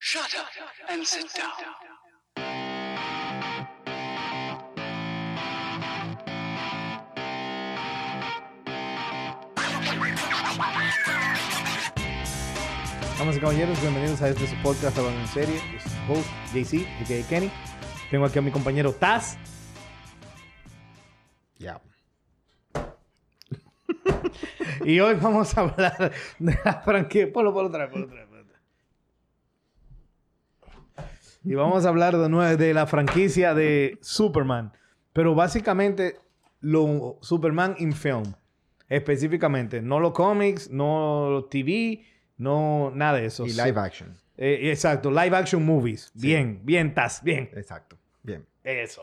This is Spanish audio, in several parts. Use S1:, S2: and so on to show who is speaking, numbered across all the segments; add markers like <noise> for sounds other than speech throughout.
S1: Shut up and sit down.
S2: Vamos y caballeros, bienvenidos a este su podcast Hablando en Serie. Es su host, JC, aka Kenny. Tengo aquí a mi compañero Taz.
S3: Ya.
S2: <laughs> Y hoy vamos a hablar de la franquicia. Ponlo, ponlo otra vez, ponlo otra vez, ponlo otra vez. Y vamos a hablar de, nue- de la franquicia de Superman. Pero básicamente, lo Superman in film. Específicamente, no los cómics, no los TV, no nada de eso.
S3: Y live action.
S2: Eh, exacto, live action movies. Bien, bien, Taz, bien.
S3: Exacto. Bien.
S2: Eso.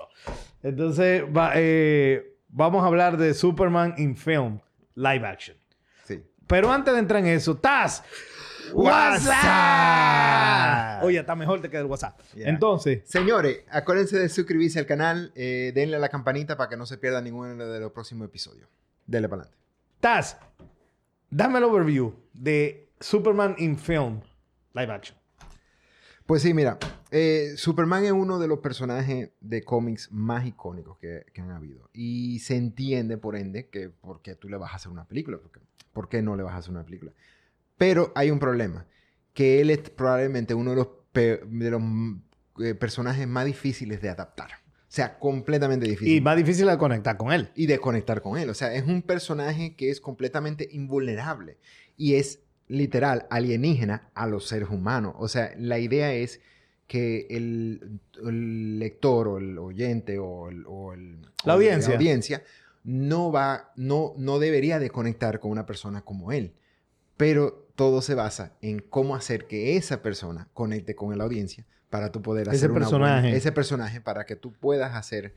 S2: Entonces, va- eh, vamos a hablar de Superman in film, live action.
S3: Sí.
S2: Pero antes de entrar en eso, Taz.
S3: What's
S2: WhatsApp.
S3: up?
S2: Oye, está mejor te queda el WhatsApp.
S3: Yeah.
S2: Entonces,
S3: Señores, acuérdense de suscribirse al canal, eh, denle a la campanita para que no se pierda ninguno de los próximos episodios. Denle para adelante.
S2: Taz, dame el overview de Superman in film, live action.
S3: Pues sí, mira, eh, Superman es uno de los personajes de cómics más icónicos que, que han habido. Y se entiende, por ende, que por qué tú le vas a hacer una película. Porque, ¿Por qué no le vas a hacer una película? Pero hay un problema, que él es probablemente uno de los, pe- de los mm, eh, personajes más difíciles de adaptar. O sea, completamente difícil.
S2: Y más difícil de conectar con él.
S3: y de conectar con él. O sea, es un personaje que es completamente invulnerable y es literal alienígena a los seres humanos. O sea, la idea es que el, el lector o el oyente o, el- o el-
S2: La
S3: o
S2: audiencia.
S3: audiencia no va, no, no debería de conectar con una persona como él. Pero todo se basa en cómo hacer que esa persona conecte con la audiencia para tú poder
S2: Ese
S3: hacer una buena-
S2: personaje.
S3: ese personaje para que tú puedas hacer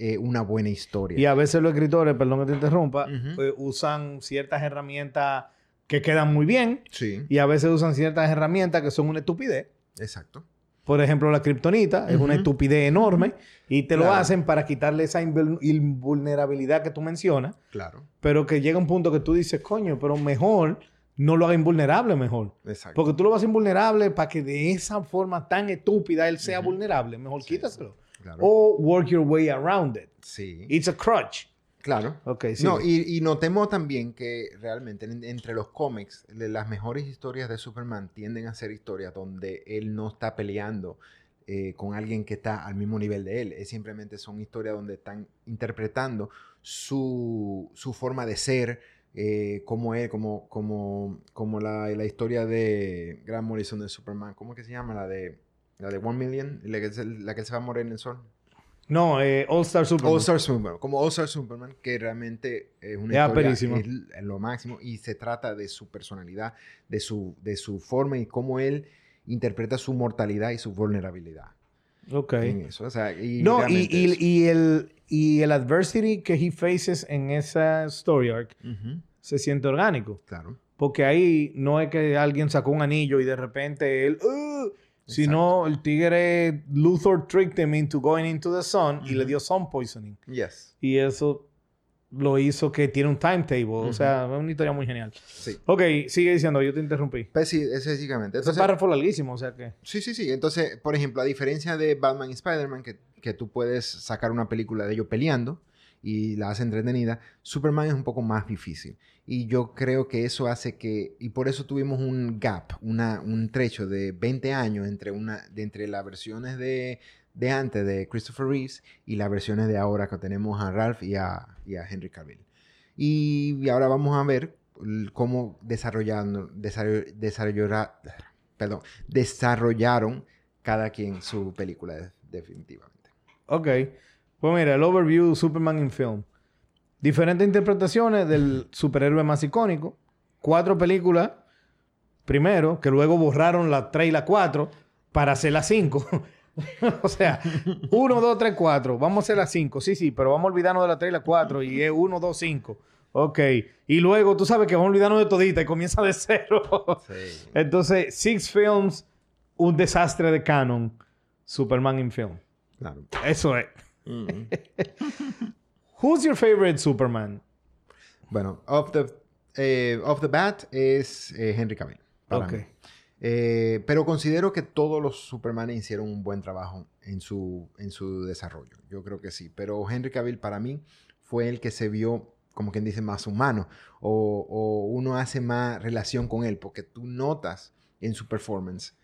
S3: eh, una buena historia.
S2: Y a veces los escritores, perdón que te interrumpa,
S3: Ujú.
S2: eh, usan ciertas herramientas que quedan muy bien
S3: Sí,
S2: y a veces usan ciertas herramientas que son una estupidez.
S3: exacto.
S2: Por ejemplo, la kriptonita es una
S3: Ujú.
S2: estupidez enorme y te lo
S3: Claro.
S2: hacen para quitarle esa invul- invulnerabilidad que tú mencionas,
S3: Claro,
S2: pero que llega un punto que tú dices, coño, pero mejor no lo haga invulnerable mejor.
S3: exacto.
S2: Porque tú lo vas a invulnerable para que de esa forma tan estúpida él sea
S3: Ujú.
S2: vulnerable. Mejor
S3: Sí,
S2: quítaselo.
S3: claro.
S2: O work your way around it.
S3: sí,
S2: It's a crutch.
S3: claro.
S2: Ok, sí.
S3: No, y, y notemos también que realmente en- entre los cómics, le- las mejores historias de Superman tienden a ser historias donde él no está peleando eh, con alguien que está al mismo nivel de él. Es simplemente son historias donde están interpretando su, su forma de ser, eh, como él, como, como, como la, la historia de Grant Morrison de Superman. ¿Cómo que se llama? La de, la de One Million, la que, se- la que se va a morir en el sol.
S2: No, eh, All Star Super.
S3: All Star Superman, como All Star Superman, que realmente es una
S2: Es
S3: historia,
S2: aperísimo.
S3: es l- lo máximo y se trata de su personalidad, de su, de su forma y cómo él interpreta su mortalidad y su vulnerabilidad
S2: Ok.
S3: en eso. O sea, y
S2: No, y,
S3: realmente
S2: y-
S3: eso.
S2: y el, y el adversity que he faces en esa story arc
S3: Ujú,
S2: se siente orgánico.
S3: claro,
S2: Porque ahí no es que alguien sacó un anillo y de repente él... "Ugh", sino el tigre Luthor tricked him into going into the sun y le
S3: Ujú.
S2: dio sun poisoning.
S3: yes,
S2: Y eso lo hizo que tiene un timetable. O sea, es una historia muy genial.
S3: sí.
S2: Ok, sigue diciendo, yo te interrumpí.
S3: Pues sí, es básicamente.
S2: Ese
S3: Entonces,
S2: párrafo larguísimo, o sea que...
S3: Sí, sí, sí. Entonces, por ejemplo, a diferencia de Batman y Spider-Man, que, que tú puedes sacar una película de ellos peleando y la hace entretenida, Superman es un poco más difícil. Y yo creo que eso hace que, y por eso tuvimos un gap, una, un trecho de 20 años entre, una, de entre las versiones de, de antes de Christopher Reeves y las versiones de ahora que tenemos a Ralph y a, y a Henry Cavill. Y, y ahora vamos a ver l- cómo desarrollando, desarroll- desarrollará- perdón, desarrollaron cada quien su película de- definitivamente.
S2: Ok. Pues mira, el overview Superman in film. Diferentes interpretaciones del superhéroe más icónico. Cuatro películas. Primero, que luego borraron la 3 y la 4 para hacer la 5. <laughs> o sea, 1, 2, 3, 4. Vamos a hacer la 5. Sí, sí, pero vamos a olvidarnos de la 3 y la 4. Y es 1, 2, 5. Ok. Y luego tú sabes que vamos a olvidarnos de todita y comienza de cero. <laughs> Entonces, Six Films, un desastre de canon. Superman in film.
S3: Claro.
S2: Eso es. Who's your favorite Superman?
S3: Bueno, off the, eh, off the bat es eh, Henry Cavill. para
S2: Ok.
S3: mí. Eh, pero considero que todos los Supermanes hicieron un buen trabajo en su, en su desarrollo. Yo creo que sí. Pero Henry Cavill para mí fue el que se vio, como quien dice, más humano. O, o uno hace más relación con él. Porque tú notas en su performance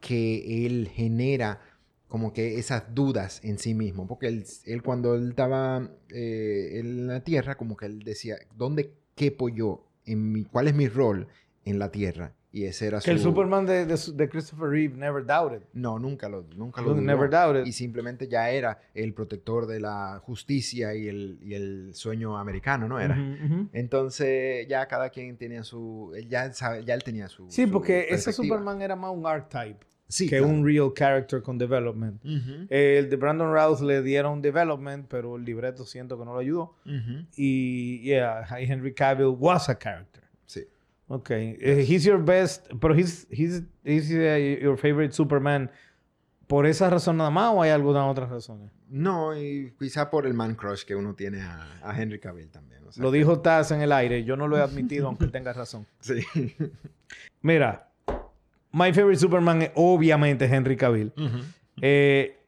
S3: que él genera como que esas dudas en sí mismo. Porque él, él cuando él estaba eh, en la Tierra, como que él decía, ¿dónde quepo yo? En mi, ¿Cuál es mi rol en la Tierra? Y ese era su...
S2: Que el Superman de, de, de Christopher Reeve never doubted.
S3: No, nunca lo, nunca lo
S2: Look,
S3: dudó.
S2: never doubted.
S3: Y simplemente ya era el protector de la justicia y el, y el sueño americano, ¿no? Era.
S2: Ujú, ujú. él
S3: Entonces ya cada quien tenía su... él Ya, sabe- ya él tenía su...
S2: Sí,
S3: su
S2: porque ese
S3: perspectiva.
S2: Superman era más un archetype
S3: Sí,
S2: que
S3: claro.
S2: un real character con development.
S3: Ujú,
S2: El de Brandon Routh le dieron development, pero el libreto siento que no lo ayudó.
S3: ujú,
S2: Y, yeah, Henry Cavill was a character.
S3: Sí.
S2: Okay, Eh, he's your best, pero he's, he's, he's eh, your favorite Superman. ¿Por esa razón nada más o hay alguna otra razón?
S3: No, y quizá por el man crush que uno tiene a, a Henry Cavill también. o sea,
S2: Lo dijo Taz en el aire, yo no lo he
S3: <laughs>
S2: admitido aunque tenga razón.
S3: Sí.
S2: Mira, my favorite Superman es obviamente Henry Cavill.
S3: Ujú.
S2: Eh,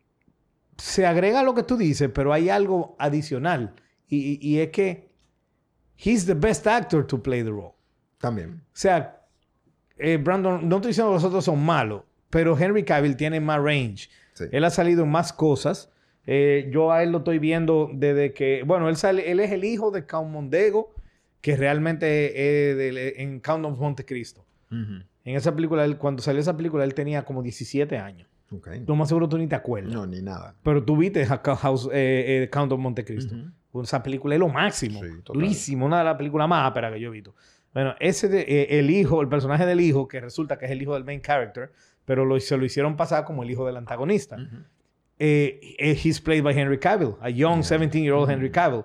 S2: se agrega lo que tú dices, pero hay algo adicional y, y- y es que he's the best actor to play the role.
S3: También.
S2: O sea, eh, Brandon, no estoy diciendo que los otros son malos, pero Henry Cavill tiene más range.
S3: Sí.
S2: Él ha salido en más cosas. Eh, yo a él lo estoy viendo desde que, bueno, él, sale, él es el hijo de Count Mondego, que realmente es del- en Count of Monte Cristo.
S3: Ujú.
S2: En esa película, él- cuando salió esa película, él tenía como 17 años.
S3: Ok.
S2: Lo más seguro tú ni te acuerdas.
S3: No, ni nada.
S2: Pero tú viste Ja- Ca- House, eh, eh, Count of Monte Cristo.
S3: Ujú.
S2: Con Esa película es lo máximo.
S3: Sí, total.
S2: durísimo. Una de las películas más áperas que yo he visto. Bueno, ese de, eh, el hijo, el personaje del hijo, que resulta que es el hijo del main character, pero lo, se lo hicieron pasar como el hijo del antagonista.
S3: Ujú.
S2: Eh, eh, he's played by Henry Cavill, a young
S3: Yeah.
S2: 17-year-old
S3: Ujú.
S2: Henry Cavill.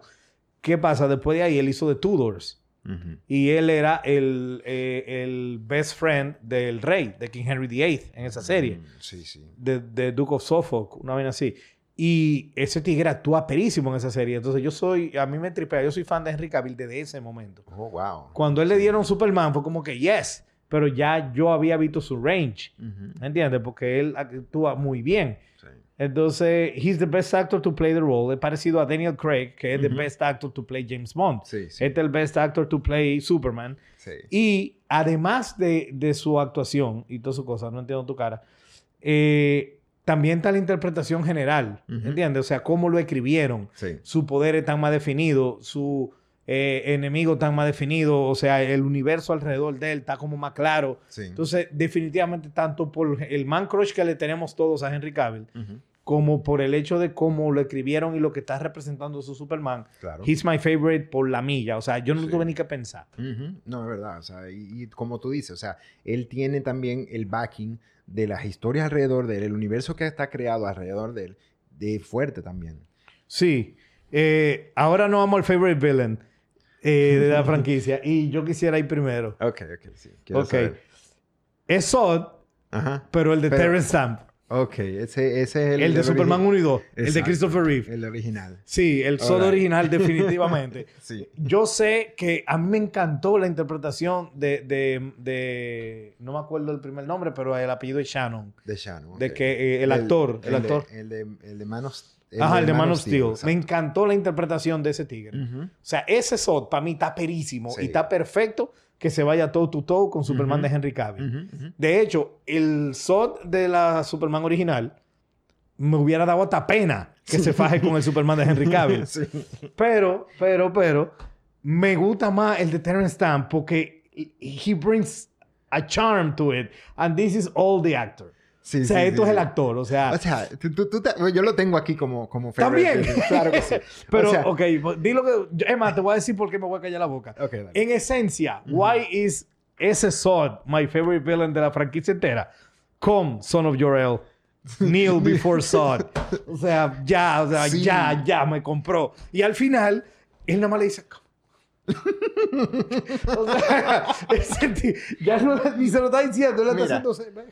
S2: ¿Qué pasa? Después de ahí, él hizo The Tudors.
S3: Ujú.
S2: Y él era el, eh, el best friend del rey, de King Henry VIII, en esa serie
S3: Mm, Sí, sí.
S2: de, de Duke of Suffolk, una vaina así. Y ese tigre actúa perísimo en esa serie. Entonces yo soy, a mí me tripea, yo soy fan de Henry Cavill desde ese momento.
S3: Oh, wow.
S2: Cuando él le dieron Superman fue como que yes, pero ya yo había visto su range,
S3: Ujú.
S2: ¿me ¿entiendes? Porque él actúa muy bien.
S3: Sí.
S2: Entonces, he's the best actor to play the role. Es parecido a Daniel Craig, que es the
S3: Ujú.
S2: best actor to play James Bond.
S3: Sí, sí.
S2: Este es el best actor to play Superman.
S3: sí.
S2: Y además de, de su actuación y todas sus cosas, no entiendo tu cara, eh, también está la interpretación general,
S3: Ujú.
S2: ¿entiendes? O sea, cómo lo escribieron,
S3: Sí.
S2: su poder es tan más definido, su eh, enemigo tan más definido, o sea, el universo alrededor de él está como más claro.
S3: Sí.
S2: Entonces, definitivamente, tanto por el man crush que le tenemos todos a Henry Cavill,
S3: Ujú.
S2: como por el hecho de cómo lo escribieron y lo que está representando su Superman,
S3: Claro.
S2: he's my favorite por la milla. O sea, yo no
S3: Sí.
S2: tuve ni que pensar.
S3: Ujú. No, es verdad. O sea, y, y como tú dices, o sea, él tiene también el backing de las historias alrededor de él, el universo que está creado alrededor de él, de fuerte también.
S2: Sí. Eh, ahora no vamos al favorite villain eh, de <laughs> la franquicia. Y yo quisiera ir primero.
S3: Ok, ok, sí. Quiero
S2: Ok.
S3: saber.
S2: Es Sod,
S3: Ajá.
S2: pero el de
S3: Pero-
S2: Terrence Stamp.
S3: Ok, ese, ese es el...
S2: El, de
S3: el
S2: Superman
S3: origi-
S2: 1 y 2. El de
S3: Exacto,
S2: Christopher Reeve.
S3: El original.
S2: Sí, el Sod
S3: Alright.
S2: original <laughs> definitivamente.
S3: Sí.
S2: Yo sé que a mí me encantó la interpretación de, de- de- no me acuerdo el primer nombre, pero el apellido es Shannon.
S3: De Shannon.
S2: De
S3: ok.
S2: que, eh, el actor, el
S3: de-
S2: actor.
S3: el, de, el de Man of-
S2: Ajá, el de Man
S3: of
S2: of Steel. Me encantó la interpretación de ese tigre.
S3: exacto. Ujú.
S2: O sea, ese SOT para mí está perísimo
S3: Sí.
S2: y está perfecto que se vaya todo to toe con Superman
S3: Ujú.
S2: de Henry Cavill. <laughs>
S3: Ujú, ujú.
S2: De hecho, el SOT de la Superman original me hubiera dado hasta pena que se faje con el Superman de Henry Cavill.
S3: <laughs> Sí.
S2: Pero, pero, pero, me gusta más el de Terrence Stamp porque he- he brings a charm to it. And this is all the actor.
S3: Sí,
S2: o sea,
S3: sí,
S2: esto
S3: sí,
S2: es el
S3: sí.
S2: actor. O sea,
S3: O sea, tú- tú- tú te- yo lo tengo aquí como, como favorite
S2: también.
S3: villain, Claro que sí.
S2: <laughs> pero,
S3: o sea,
S2: ok, di lo que... yo- Es más, te voy a decir por qué me voy a callar la boca.
S3: ok, dale.
S2: En esencia, why is ese Sod my favorite villain de la franquicia entera? Come, son of Jor-El. Kneel
S3: <laughs>
S2: before Sod. O sea, ya, o sea,
S3: Sí.
S2: ya, ya me compró. Y al final, él nada más le dice, "Come". <laughs> o sea, <laughs> ese ti- ya no le- ni se lo está diciendo, le está
S3: Mira.
S2: haciendo.
S3: <laughs>
S2: se- Ven,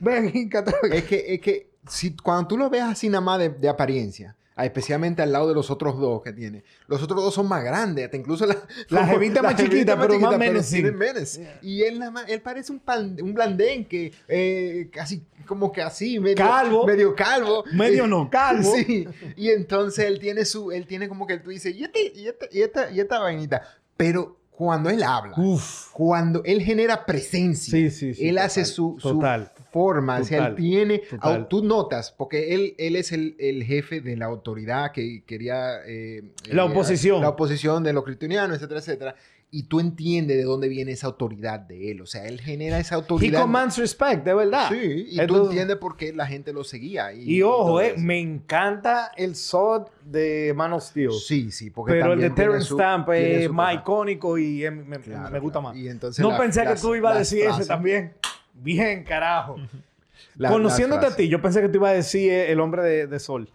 S2: ven, híncate".
S3: Es que, es que si, cuando tú lo veas así nada más de, de apariencia, Ah, especialmente al lado de los otros dos que tiene. Los otros dos son más grandes, hasta incluso la,
S2: La
S3: como-
S2: jevita más
S3: jevita
S2: chiquita, pero más menacing.
S3: tiene menace. Y él, nada más- él parece un, pan- un blandén que eh, casi, como que así, medio
S2: Calvo.
S3: Medio calvo. <laughs>
S2: Medio no, calvo.
S3: Sí. Y entonces él tiene su, él tiene como que tú dices, y, este- y, este- y esta, y esta vainita. Pero cuando él habla,
S2: Uf.
S3: cuando él genera presencia,
S2: Sí, sí, sí,
S3: él
S2: total,
S3: hace su, su
S2: total,
S3: forma, o sea, él
S2: total,
S3: tiene,
S2: total.
S3: au- tú notas, porque él, él es el, el jefe de la autoridad que quería... eh,
S2: La
S3: eh,
S2: oposición.
S3: La oposición de los cristianos, etcétera, etcétera. Y tú entiendes de dónde viene esa autoridad de él, o sea, él genera esa
S2: He
S3: autoridad.
S2: commands respect, de verdad.
S3: Sí, y tú
S2: Entonces-
S3: entiendes por qué la gente lo seguía. Y,
S2: Y ojo,
S3: todo
S2: eh,
S3: eso.
S2: me encanta el SOD de Man of Steel.
S3: Sí, sí, porque
S2: pero el de
S3: también tiene
S2: Terrence
S3: su-
S2: Stamp
S3: tiene
S2: es
S3: su
S2: más
S3: cosa.
S2: icónico y es- me,
S3: Claro,
S2: me gusta
S3: claro.
S2: más.
S3: Y entonces
S2: No
S3: la-
S2: pensé
S3: las-
S2: que tú ibas a
S3: las
S2: decir
S3: frases-
S2: ese también. Bien, carajo.
S3: la- <laughs> las
S2: Conociéndote a
S3: frases.
S2: ti, yo pensé que tú ibas a decir eh, el hombre de, de sol.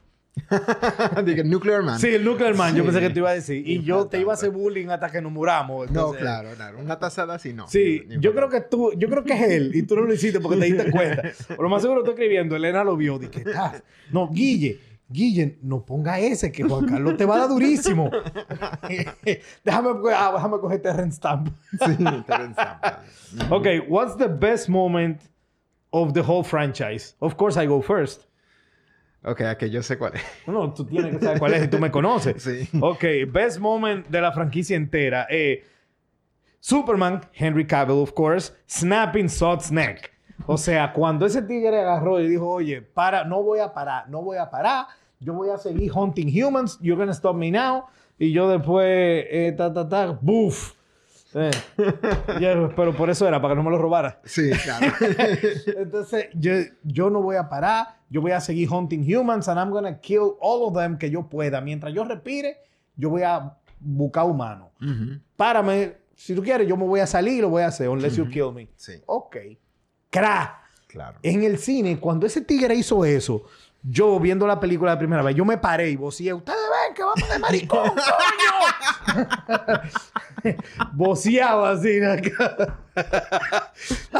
S3: <laughs> Dije, Nuclear Man.
S2: Sí, el Nuclear Man, yo
S3: Sí.
S2: pensé que te iba a decir. Y yo te
S3: Importante.
S2: iba a hacer bullying hasta que nos muramos.
S3: No,
S2: entonces-
S3: claro, claro. Una tazada así no.
S2: Sí,
S3: Ni- ni
S2: yo
S3: modo.
S2: creo que tú, yo creo que es él y tú no lo hiciste porque te diste cuenta. Por lo más seguro estoy escribiendo, Elena lo vio, dije, "Ah, no, Guille, Guille, no ponga ese que Juan Carlos te va a dar durísimo. <laughs> déjame, co- ah, déjame coger Terrence Stamp.
S3: Sí, Terrence Stamp. Ujú.
S2: Ok, what's the best moment of the whole franchise? Of course I go first.
S3: Ok, aquí yo sé cuál es.
S2: No, tú tienes que saber cuál es y tú me conoces.
S3: Sí.
S2: Ok, best moment de la franquicia entera. Eh, Superman, Henry Cavill, of course, snapping Sot's neck. O sea, cuando ese tigre agarró y dijo, oye, para, no voy a parar, no voy a parar, yo voy a seguir hunting humans, you're gonna stop me now. Y yo después, eh, ta, ta, ta, buf. Eh, <laughs> ya, pero por eso era, para que no me lo robara.
S3: Sí, claro.
S2: Entonces, yo, yo no voy a parar. Yo voy a seguir hunting humans and I'm gonna kill all of them que yo pueda. Mientras yo respire, yo voy a buscar humanos.
S3: Ujú.
S2: Párame. Si tú quieres, yo me voy a salir y lo voy a hacer. Unless you kill me.
S3: Sí,
S2: Ok. Cra.
S3: claro.
S2: En el cine, cuando ese tigre hizo eso, yo viendo la película la primera vez, yo me paré y vocié. Ustedes ven que vamos de maricón, coño. <laughs> Vociaba así. <laughs>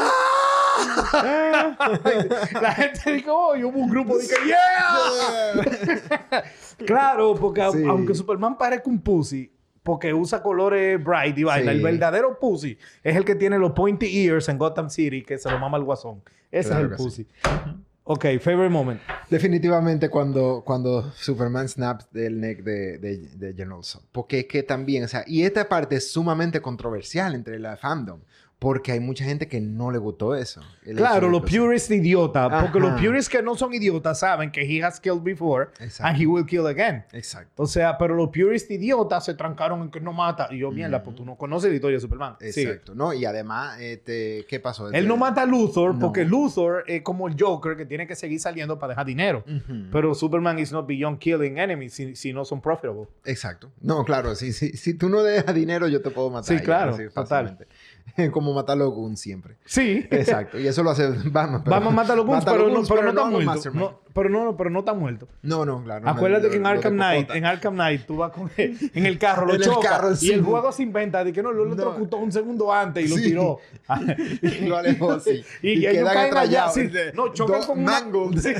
S2: La gente dijo, oh, y hubo un grupo de que, ¡yeah! Claro, porque au-
S3: Sí.
S2: aunque Superman parezca un pussy, porque usa colores bright y vaina,
S3: Sí.
S2: el verdadero pussy es el que tiene los pointy ears en Gotham City, que se lo mama el guasón. Ese es
S3: Claro
S2: el
S3: que sí.
S2: pussy. Ok, favorite moment.
S3: <laughs> Definitivamente cuando, cuando Superman snaps del neck de, de, de General Zod. Porque es que también, o sea, y esta parte es sumamente controversial entre la fandom. Porque hay mucha gente que no le gustó eso. El hecho
S2: Claro,
S3: de
S2: los
S3: que-
S2: purists idiotas, porque los
S3: Ajá.
S2: purists que no son idiotas saben que he has killed before
S3: Exacto.
S2: and he will kill again.
S3: Exacto.
S2: O sea, pero los purists idiotas se trancaron en que no mata. Y yo, mierda, pues tú no conoces la historia de Superman. Sigue.
S3: Exacto, ¿no? Y además, este, ¿qué pasó?
S2: Él no mata a Luthor
S3: No.
S2: porque Luthor es como el Joker que tiene que seguir saliendo para dejar dinero.
S3: Ujú.
S2: Pero Superman is not beyond killing enemies si, si no son profitable.
S3: Exacto. No, claro, si, si, si tú no dejas dinero, yo te puedo matar.
S2: Sí,
S3: ya,
S2: claro,
S3: así
S2: total.
S3: fácilmente. <laughs> Como matar a los Goons siempre.
S2: Sí.
S3: Exacto. Y eso lo hace Batman. <laughs> pero-
S2: Vamos a matar a los Goons,
S3: Mata
S2: pero, no,
S3: Goons,
S2: pero no está muerto.
S3: Mastermind.
S2: No, pero no, no, pero no está muerto.
S3: No, no, claro. no,
S2: Acuérdate
S3: lo-
S2: que en
S3: lo de
S2: Arkham Knight,
S3: Cocota.
S2: en Arkham Knight, tú vas con
S3: <laughs>
S2: en el carro, lo
S3: En el
S2: chocas,
S3: carro,
S2: y
S3: sí.
S2: el juego se inventa de que no, lo
S3: No.
S2: electrocutó un segundo antes y lo
S3: Sí. <laughs>
S2: tiró. <laughs>
S3: Lo alejó, sí.
S2: Y, ellos
S3: quedan
S2: caen allá.
S3: atrayados.
S2: sí. no, chocan
S3: Dos
S2: con una-
S3: mango. <laughs>
S2: sí.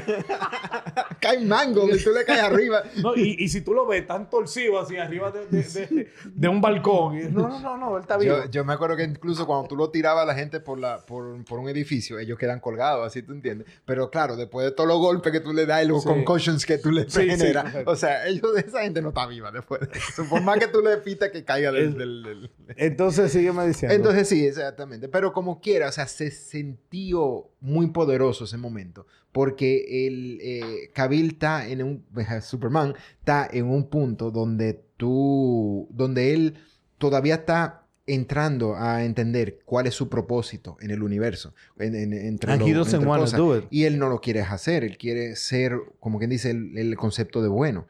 S3: Cae mango y tú le caes arriba.
S2: No, y, y si tú lo ves tan torcido así arriba de, de- de- de un balcón. y- no, no, no, no, él está vivo.
S3: Yo, yo me acuerdo que incluso cuando tú lo tirabas a la gente por, la, por, por un edificio, ellos quedan colgados, así tú entiendes. Pero claro, después de todos los golpes que tú le das y los
S2: Sí.
S3: concussions que tú le
S2: Sí, sí,
S3: generas,
S2: correcto.
S3: o sea, ellos, esa gente no está viva después de eso. Por más que tú le pitas que caiga del...
S2: Es-
S3: del- del-
S2: Entonces sígueme diciendo.
S3: Entonces sí, exactamente. Pero como quiera, o sea, se sintió muy poderoso ese momento. Porque el eh, Cavill está en un... pues, Superman está en un punto donde tú... Donde él todavía está entrando a entender cuál es su propósito en el universo. En, en- entre
S2: And
S3: lo-
S2: he doesn't
S3: entre
S2: wanna
S3: cosas.
S2: do it.
S3: Y él no lo quiere hacer. Él quiere ser, como quien dice, el- el concepto de bueno.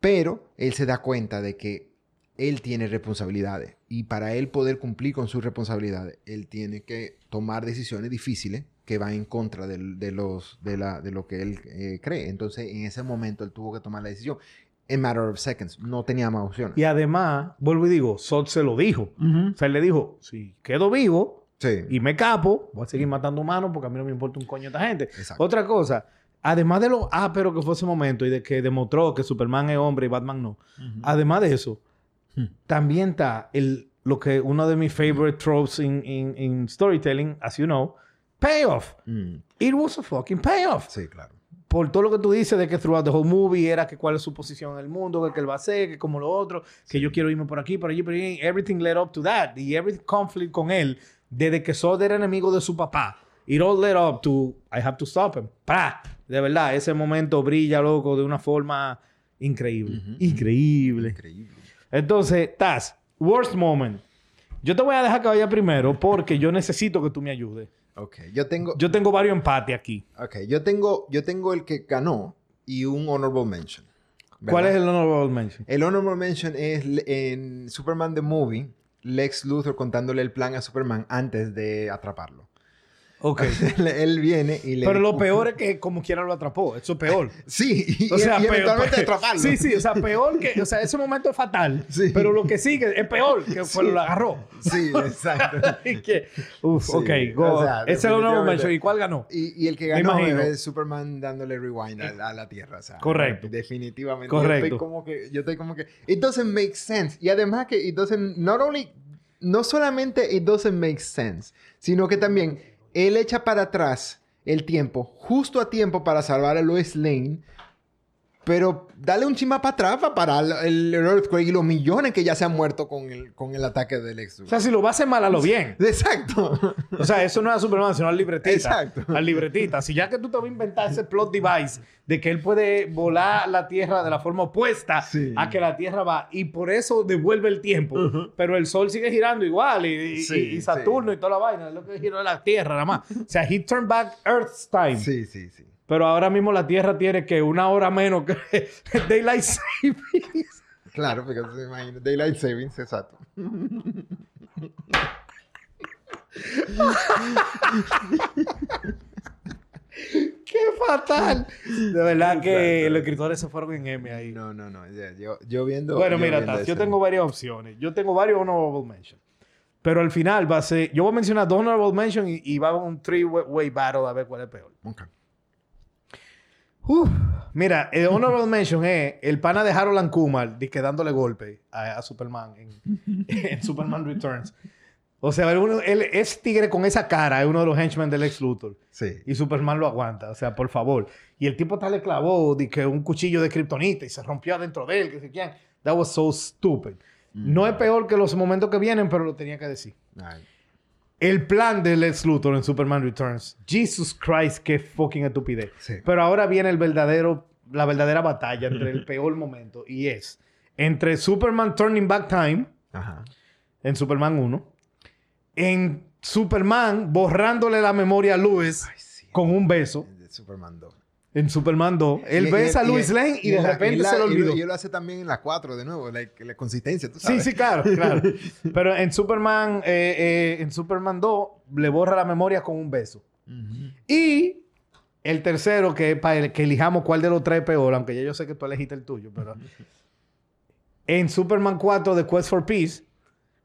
S3: Pero él se da cuenta de que él tiene responsabilidades y para él poder cumplir con sus responsabilidades, él tiene que tomar decisiones difíciles que van en contra del- de, los, de, la, de lo que él eh, cree. Entonces, en ese momento, él tuvo que tomar la decisión. En matter of seconds, no tenía más opciones.
S2: y además, vuelvo y digo, Sot se lo dijo. O sea, él le dijo, si quedo vivo
S3: Sí,
S2: y me capo, voy a seguir matando humanos porque a mí no me importa un coño esta gente.
S3: Mm. exacto.
S2: Otra cosa, Además de lo áspero que fue ese momento y de que demostró que Superman es hombre y Batman no. Además de eso,
S3: Mm. Hmm.
S2: también está el, lo que uno de mis favorite tropes in, in- in storytelling, as you know, payoff.
S3: Mm,
S2: It was a fucking payoff.
S3: sí, claro.
S2: Por todo lo que tú dices de que throughout the whole movie era que cuál es su posición en el mundo, que, que él va a ser, que como lo otro, que yo quiero irme por aquí, por allí, por allí. Everything led up to that. Y every conflict con él, desde que Sod era enemigo de su papá, it all led up to I have to stop him. ¡Pra! De verdad, ese momento brilla, loco, de una forma increíble.
S3: Ujú.
S2: Increíble.
S3: Increíble.
S2: Entonces, Taz, worst moment. Yo te voy a dejar que vaya primero porque yo necesito que tú me ayudes.
S3: Ok, yo tengo,
S2: Yo tengo varios empates aquí.
S3: ok, yo tengo, yo tengo el que ganó y un honorable mention. ¿verdad?
S2: ¿Cuál es el honorable mention?
S3: El honorable mention es l- en Superman the Movie, Lex Luthor contándole el plan a Superman antes de atraparlo. <laughs>
S2: <laughs> Ok.
S3: él, él viene y le...
S2: Pero lo peor es que como quiera lo atrapó. Eso es peor.
S3: Sí, <laughs> y,
S2: O sea,
S3: y
S2: peor-
S3: eventualmente
S2: peor.
S3: atraparlo.
S2: Sí, sí. O sea, peor que... O sea, ese momento es fatal.
S3: Sí.
S2: Pero lo que sigue es peor que
S3: <laughs>
S2: cuando lo agarró. <laughs>
S3: Sí, exacto.
S2: Así que... Uf,
S3: Sí.
S2: ok. Go.
S3: O sea,
S2: Ese es el honorable
S3: definitivamente.
S2: mention. ¿Y cuál ganó?
S3: Y, y el que
S2: Me
S3: ganó
S2: imagino.
S3: es Superman dándole rewind a, a la Tierra. o sea,
S2: Correcto.
S3: Definitivamente. Yo
S2: Correcto.
S3: estoy como que... Yo estoy como que... It doesn't make sense. Y además que it doesn't... Not only... No solamente it doesn't make sense, sino que también él echa para atrás el tiempo, justo a tiempo para salvar a Lois Lane, pero dale un chima para atrás para parar el, el earthquake y los millones que ya se han muerto con el, con el ataque del ex.
S2: O sea, si lo va a hacer mal, a lo bien.
S3: <laughs> Exacto.
S2: O sea, eso no es a Superman, sino al libretita.
S3: Exacto.
S2: Al libretita. Si ya que tú te vas a inventar ese plot device de que él puede volar la Tierra de la forma opuesta
S3: Sí.
S2: a que la Tierra va y por eso devuelve el tiempo, pero el Sol sigue girando igual y, y-
S3: Sí,
S2: y- y Saturno y toda la vaina, es lo que giró la Tierra nada
S3: <laughs>
S2: más. O sea, he turned back Earth's time.
S3: Sí, sí, sí.
S2: Pero ahora mismo la Tierra tiene que una hora menos que <laughs> Daylight Savings.
S3: Claro, porque se imagina. Daylight Savings, exacto.
S2: <laughs> ¡Qué fatal! De verdad que
S3: Exacto.
S2: los escritores se fueron en M ahí.
S3: No, no, no. ya, yo, yo viendo.
S2: Bueno,
S3: yo
S2: mira,
S3: viendo
S2: Taz, yo
S3: ese.
S2: tengo varias opciones. Yo tengo varios honorable mentions. Pero al final va a ser... Yo voy a mencionar dos honorable mentions y, y va a haber un three-way battle a ver cuál es peor.
S3: Ok.
S2: Uf. Mira, el honorable mention es el pana de Harold and Kumar dizque dándole golpe a, a Superman en, <laughs> en Superman Returns. O sea, él, uno- él- ese tigre con esa cara es uno de los henchmen del ex Luthor.
S3: Sí.
S2: Y Superman lo aguanta, o sea, por favor. Y el tipo tal le clavó di que un cuchillo de kriptonita y se rompió adentro de él, que se quién. That was so stupid.
S3: Mm.
S2: No es peor que los momentos que vienen, pero lo tenía que decir.
S3: Ay,
S2: El plan de Lex Luthor en Superman Returns. Jesus Christ, qué fucking estupidez.
S3: Sí.
S2: Pero ahora viene el verdadero, la verdadera batalla entre
S3: <laughs>
S2: el peor momento y es entre Superman Turning Back Time
S3: Ajá.
S2: en Superman 1, en Superman borrándole la memoria a Lois
S3: Ay, sí.
S2: con un beso.
S3: El de Superman 2.
S2: En Superman 2. Él
S3: Y-
S2: besa a
S3: y-
S2: Lois Lane y, de
S3: en la-
S2: repente
S3: en la-
S2: se lo
S3: y
S2: olvidó.
S3: Y él lo hace también en la 4 de nuevo, like, la consistencia, tú
S2: Sí,
S3: sabes.
S2: sí, claro, claro. Pero en Superman, eh, eh, en Superman 2 le borra la memoria con un beso.
S3: Ujú.
S2: Y el tercero, que es para el- que elijamos cuál de los tres es peor, aunque ya yo sé que tú elegiste el tuyo, pero en Superman 4 de Quest for Peace,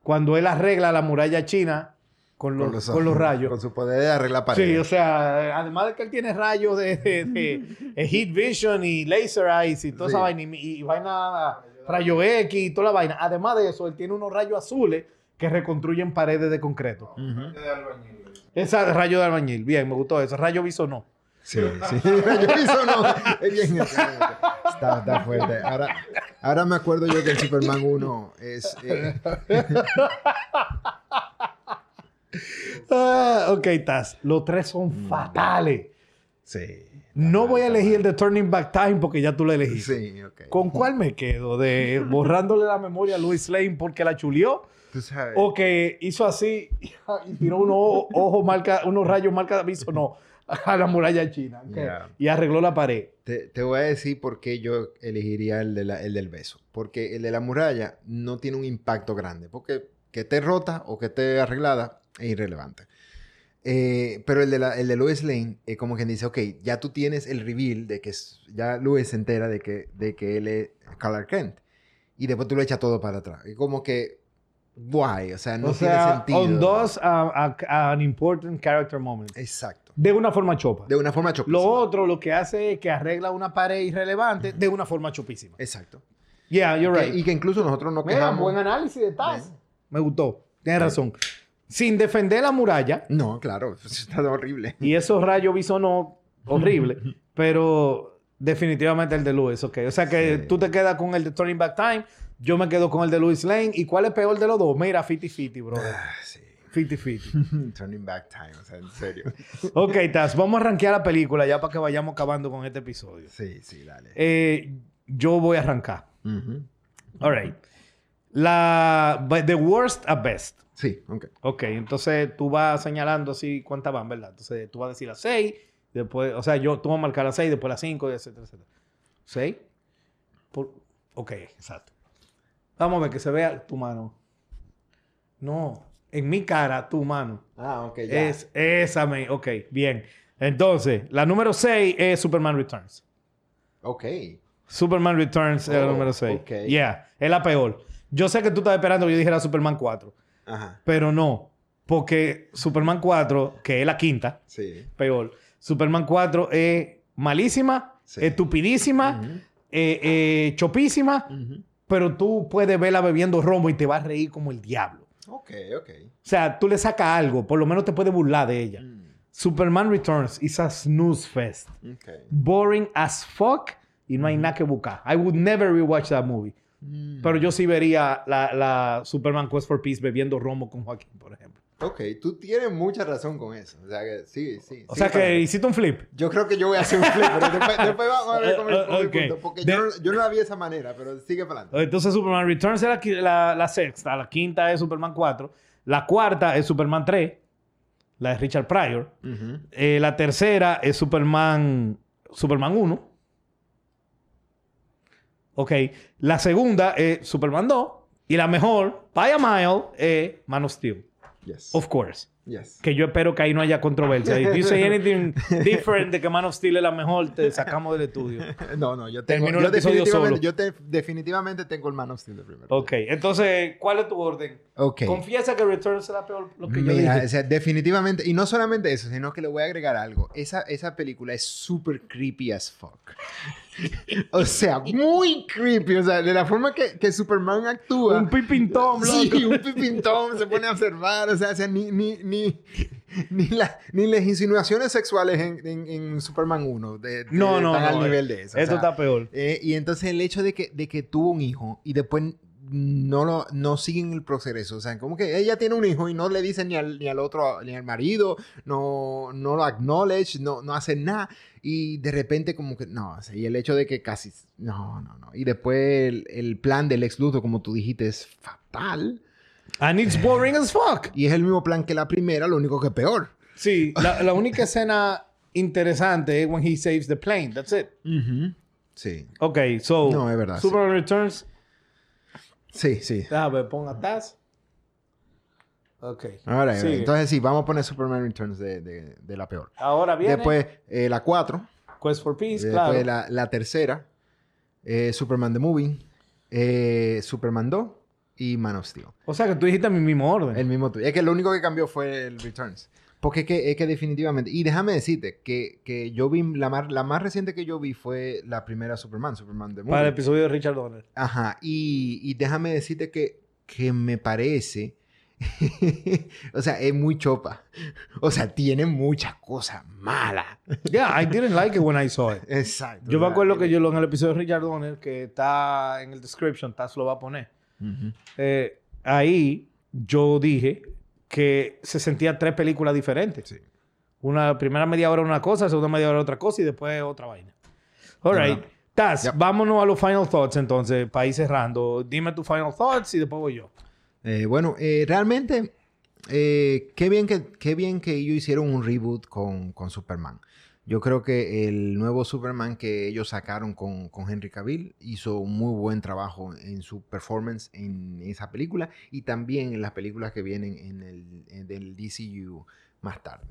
S2: cuando él arregla la muralla china con los, con los rayos.
S3: Con su poder de arreglar
S2: Sí, o
S3: paredes.
S2: sea, eh, además de que él tiene rayos de, de- de-
S3: <laughs>
S2: de heat vision y laser eyes y toda esa
S3: Sí.
S2: vaina, y, y vaina rayo X y toda la vaina. Además de eso, él tiene unos rayos azules que reconstruyen paredes de concreto.
S3: Ujú.
S2: Esa rayo de albañil, bien, me gustó eso. Rayo viso no.
S3: Sí, sí. <laughs> yo hizo no. Es bien, excelente. Está, está fuerte. Ahora, ahora me acuerdo yo que el Superman 1 es. eh,
S2: Ah, ok, Taz, los tres son
S3: Mm.
S2: fatales.
S3: sí.
S2: No voy a elegir el de Turning Back Time porque ya tú lo elegiste.
S3: <laughs> Sí, ok.
S2: ¿Con cuál me quedo? ¿De
S3: <laughs>
S2: borrándole la memoria a Luis Lane porque la chulió?
S3: Tú sabes.
S2: O que hizo así <laughs> y tiró unos ojo- ojos marca, unos rayos marca aviso, no, a la muralla china. ok,
S3: Yeah.
S2: Y arregló la pared.
S3: Te, te voy a decir por qué yo elegiría el, de la- el del beso. Porque el de la muralla no tiene un impacto grande. Porque que esté rota o que esté arreglada es irrelevante. Eh, pero el de, la, el de Lois Lane es como quien dice, ok, ya tú tienes el reveal de que es- ya Lois se entera de que, de que él es Clark Kent. Y después tú lo echas todo para atrás. Y como que, guay, o sea, no
S2: o
S3: tiene
S2: sea,
S3: sentido.
S2: on dos a, a- a an important character moment.
S3: Exacto. Exacto.
S2: de una forma chopa.
S3: Eh, De una forma chopísima.
S2: Lo otro lo que hace es que arregla una pared irrelevante de una forma chopísima.
S3: Exacto.
S2: Yeah, you're
S3: Que-
S2: right.
S3: y que incluso nosotros nos
S2: Mira,
S3: quejamos.
S2: buen análisis de Taz.
S3: Bien.
S2: Me gustó. Tienes razón. Sin defender la muralla
S3: No, claro, <laughs> está horrible.
S2: y esos rayos bisonó horrible, pero definitivamente el de Luz, ok. O sea que
S3: Sí.
S2: tú te quedas con el de Turning Back Time, yo me quedo con el de Louis Lane. ¿Y cuál es peor de los dos? Mira, 50-50, bro.
S3: <laughs> Ah, sí.
S2: 50-50.
S3: Turning back time, o sea, en serio.
S2: ok, Taz, vamos a rankear la película ya para que vayamos acabando con este episodio.
S3: Sí, sí, dale.
S2: Eh, yo voy a arrancar.
S3: Ujú.
S2: All right. La, by the worst at best.
S3: Sí, ok.
S2: Ok, entonces tú vas señalando así cuántas van, ¿verdad? Entonces tú vas a decir las 6, después, o sea, yo, tú vas a marcar las 6, después las 5, etcétera, etcétera. ¿6? Por, ok, exacto. Vamos a ver que se vea tu mano. No, en mi cara, tu mano.
S3: Ah, ok,
S2: Es esa, me, ok, bien. Entonces, la número 6 es Superman Returns.
S3: Ok.
S2: Superman Returns es la
S3: Oh,
S2: número 6.
S3: ok.
S2: Yeah, es la peor. Yo sé que tú estabas esperando que yo dijera Superman 4.
S3: Ajá.
S2: Pero no, porque Superman 4, que es la quinta,
S3: Sí.
S2: peor. Superman 4 es malísima,
S3: Sí.
S2: estupidísima,
S3: Ujú,
S2: eh, eh, chopísima,
S3: ujú.
S2: pero tú puedes verla bebiendo romo y te vas a reír como el diablo.
S3: Ok, ok.
S2: O sea, tú le sacas algo, por lo menos te puedes burlar de ella.
S3: Mm,
S2: Superman Returns is a snooze fest.
S3: Ok.
S2: Boring as fuck y no hay nada que buscar. I would never rewatch that movie.
S3: Mm,
S2: Pero yo sí vería la, la Superman Quest for Peace bebiendo romo con Joaquín, por ejemplo.
S3: Ok, tú tienes mucha razón con eso. O sea, que sí, sí.
S2: O
S3: sí,
S2: sea
S3: para-
S2: que hiciste un flip.
S3: Yo creo que yo voy a hacer un flip, pero después, después vamos a ver cómo
S2: Eh,
S3: cómo
S2: <laughs>
S3: el
S2: ok.
S3: punto. Porque
S2: De-
S3: yo, no, yo no la vi de esa manera, pero sigue para adelante.
S2: Entonces Superman Returns es la, qui- la- la sexta, la quinta es Superman 4, la cuarta es Superman 3, la de Richard Pryor,
S3: Ujú.
S2: eh, la tercera es Superman, Superman 1, ok, la segunda es Superman 2 y la mejor, by a mile, es Man of Steel,
S3: Yes.
S2: of course.
S3: Yes.
S2: Que yo espero que ahí no haya controversia. If you say anything different de que Man of Steel es la mejor, te sacamos del estudio.
S3: <laughs> No, no, yo tengo.
S2: Termino el
S3: Yo
S2: episodio
S3: definitivamente,
S2: solo.
S3: yo te- definitivamente tengo el Man of Steel de primero.
S2: Ok, entonces, ¿cuál es tu orden?
S3: Ok.
S2: Confiesa que Returns será peor lo que yo
S3: Mira,
S2: dije.
S3: o sea, definitivamente, y no solamente eso, sino que le voy a agregar algo. Esa, esa película es súper creepy as fuck. <laughs> o sea, muy creepy. O sea, de la forma que, que Superman actúa.
S2: Un pipintón, loco.
S3: Sí, un pipintón se pone a observar. O sea, o sea, ni, ni, ni, ni, la- ni las insinuaciones sexuales en, en- en Superman 1 de, de-
S2: No, no,
S3: están
S2: no.
S3: al nivel de eso. o
S2: Esto
S3: sea,
S2: está peor.
S3: eh, y entonces el hecho de que, de que tuvo un hijo y después no lo no siguen el proceso. O sea, como que ella tiene un hijo y no le dicen ni al, ni al otro, ni al marido, no, no lo acknowledge, no, no hacen nada. Y de repente como que, no, o sea, y el hecho de que casi, no, no, no. Y después el, el plan del ex Luthor, como tú dijiste, es fatal.
S2: And it's boring as fuck.
S3: Y es el mismo plan que la primera, lo único que es peor.
S2: Sí, la, la única escena interesante es when he saves the plane. That's it.
S3: Sí.
S2: Ok, so.
S3: No, es verdad,
S2: Superman Returns.
S3: Sí, sí.
S2: Déjame ver, ponga Taz. Ok.
S3: Ahora,
S2: Sigue.
S3: entonces sí, vamos a poner Superman Returns de, de- de la peor.
S2: Ahora viene
S3: Después eh, la 4.
S2: Quest for Peace,
S3: Después
S2: claro.
S3: la, la tercera, eh, Superman The Movie, eh, Superman 2 y Man of Steel.
S2: O sea que tú dijiste mi mismo orden.
S3: El mismo tuyo. Es que lo único que cambió fue el Returns. Porque es que, es que definitivamente... Y déjame decirte que, que yo vi... La más, la más reciente que yo vi fue la primera Superman, Superman The Movie.
S2: para el episodio de Richard Donner.
S3: Ajá, y, y déjame decirte que, que me parece, <laughs> o sea, es muy chopa. <laughs> O sea, tiene muchas cosas
S2: <laughs>
S3: malas.
S2: <laughs> Yeah, I didn't like it when I saw it.
S3: Exacto.
S2: Yo me
S3: o sea,
S2: acuerdo que
S3: tiene-
S2: yo lo en el episodio de Richard Donner, que está en el description, Taz lo va a poner.
S3: Ujú.
S2: eh, ahí yo dije que se sentían tres películas diferentes.
S3: Sí.
S2: Una primera media hora una cosa, segunda media hora otra cosa y después otra vaina. All
S3: De
S2: right.
S3: verdad.
S2: Taz,
S3: Yep.
S2: vámonos a los final thoughts entonces, para ir cerrando. Dime tus final thoughts y después voy yo.
S3: Eh, bueno, eh, realmente, eh, qué, bien que, qué bien que ellos hicieron un reboot con, con Superman. Yo creo que el nuevo Superman que ellos sacaron con, con Henry Cavill hizo un muy buen trabajo en su performance en esa película y también en las películas que vienen en el, en el DCU más tarde.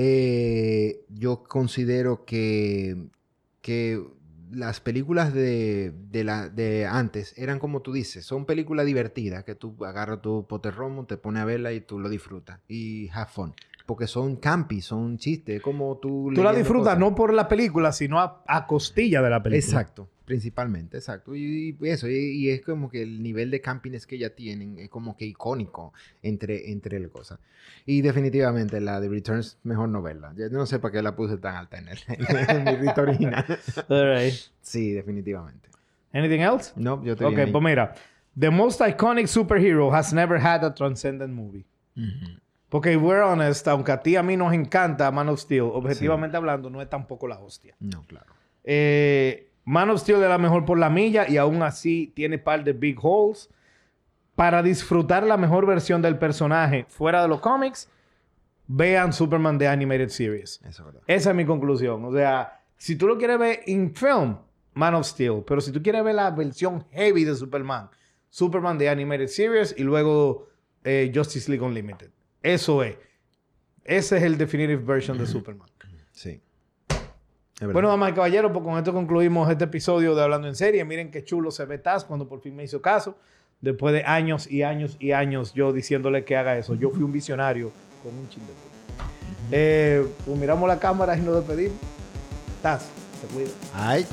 S3: Eh, yo considero que, que las películas de, de, la, de antes eran como tú dices, son películas divertidas que tú agarras tu poterromo, te pones a verla y tú lo disfrutas y have fun. porque son campi, son chistes, como tú...
S2: Tú la
S3: leyendo
S2: disfrutas
S3: cosas.
S2: no por la película, sino a, a costilla de la película.
S3: Exacto, principalmente, exacto. Y, y eso, y, y es como que el nivel de campines que ya tienen es como que icónico entre, entre las cosas. Y definitivamente la de Returns, mejor novela. Yo no sé para qué la puse tan alta en, el, <laughs> en mi lista
S2: <laughs>
S3: original.
S2: All right.
S3: Sí, definitivamente.
S2: Anything else?
S3: No, yo te
S2: Ok, pues mira. The most iconic superhero has never had a transcendent movie. Porque, if we're honest, aunque a ti y a mí nos encanta Man of Steel, objetivamente hablando, no es tampoco la hostia.
S3: No, claro.
S2: Eh, Man of Steel era mejor por la milla y aún así tiene par de big holes. Para disfrutar la mejor versión del personaje fuera de los cómics, vean Superman The Animated Series.
S3: Eso es verdad.
S2: Esa es mi conclusión. O sea, si tú lo quieres ver en film, Man of Steel. Pero si tú quieres ver la versión heavy de Superman, Superman The Animated Series y luego eh, Justice League Unlimited. Eso es. Ese es el definitive version de Superman.
S3: Sí. Es verdad.
S2: Bueno, damas y caballeros, pues con esto concluimos este episodio de Hablando en Serie. Miren qué chulo se ve Taz cuando por fin me hizo caso. Después de años y años y años yo diciéndole que haga eso. Yo fui un visionario con un chin de puta. Eh, pues miramos la cámara y nos despedimos. Taz, se cuida.
S3: Ay.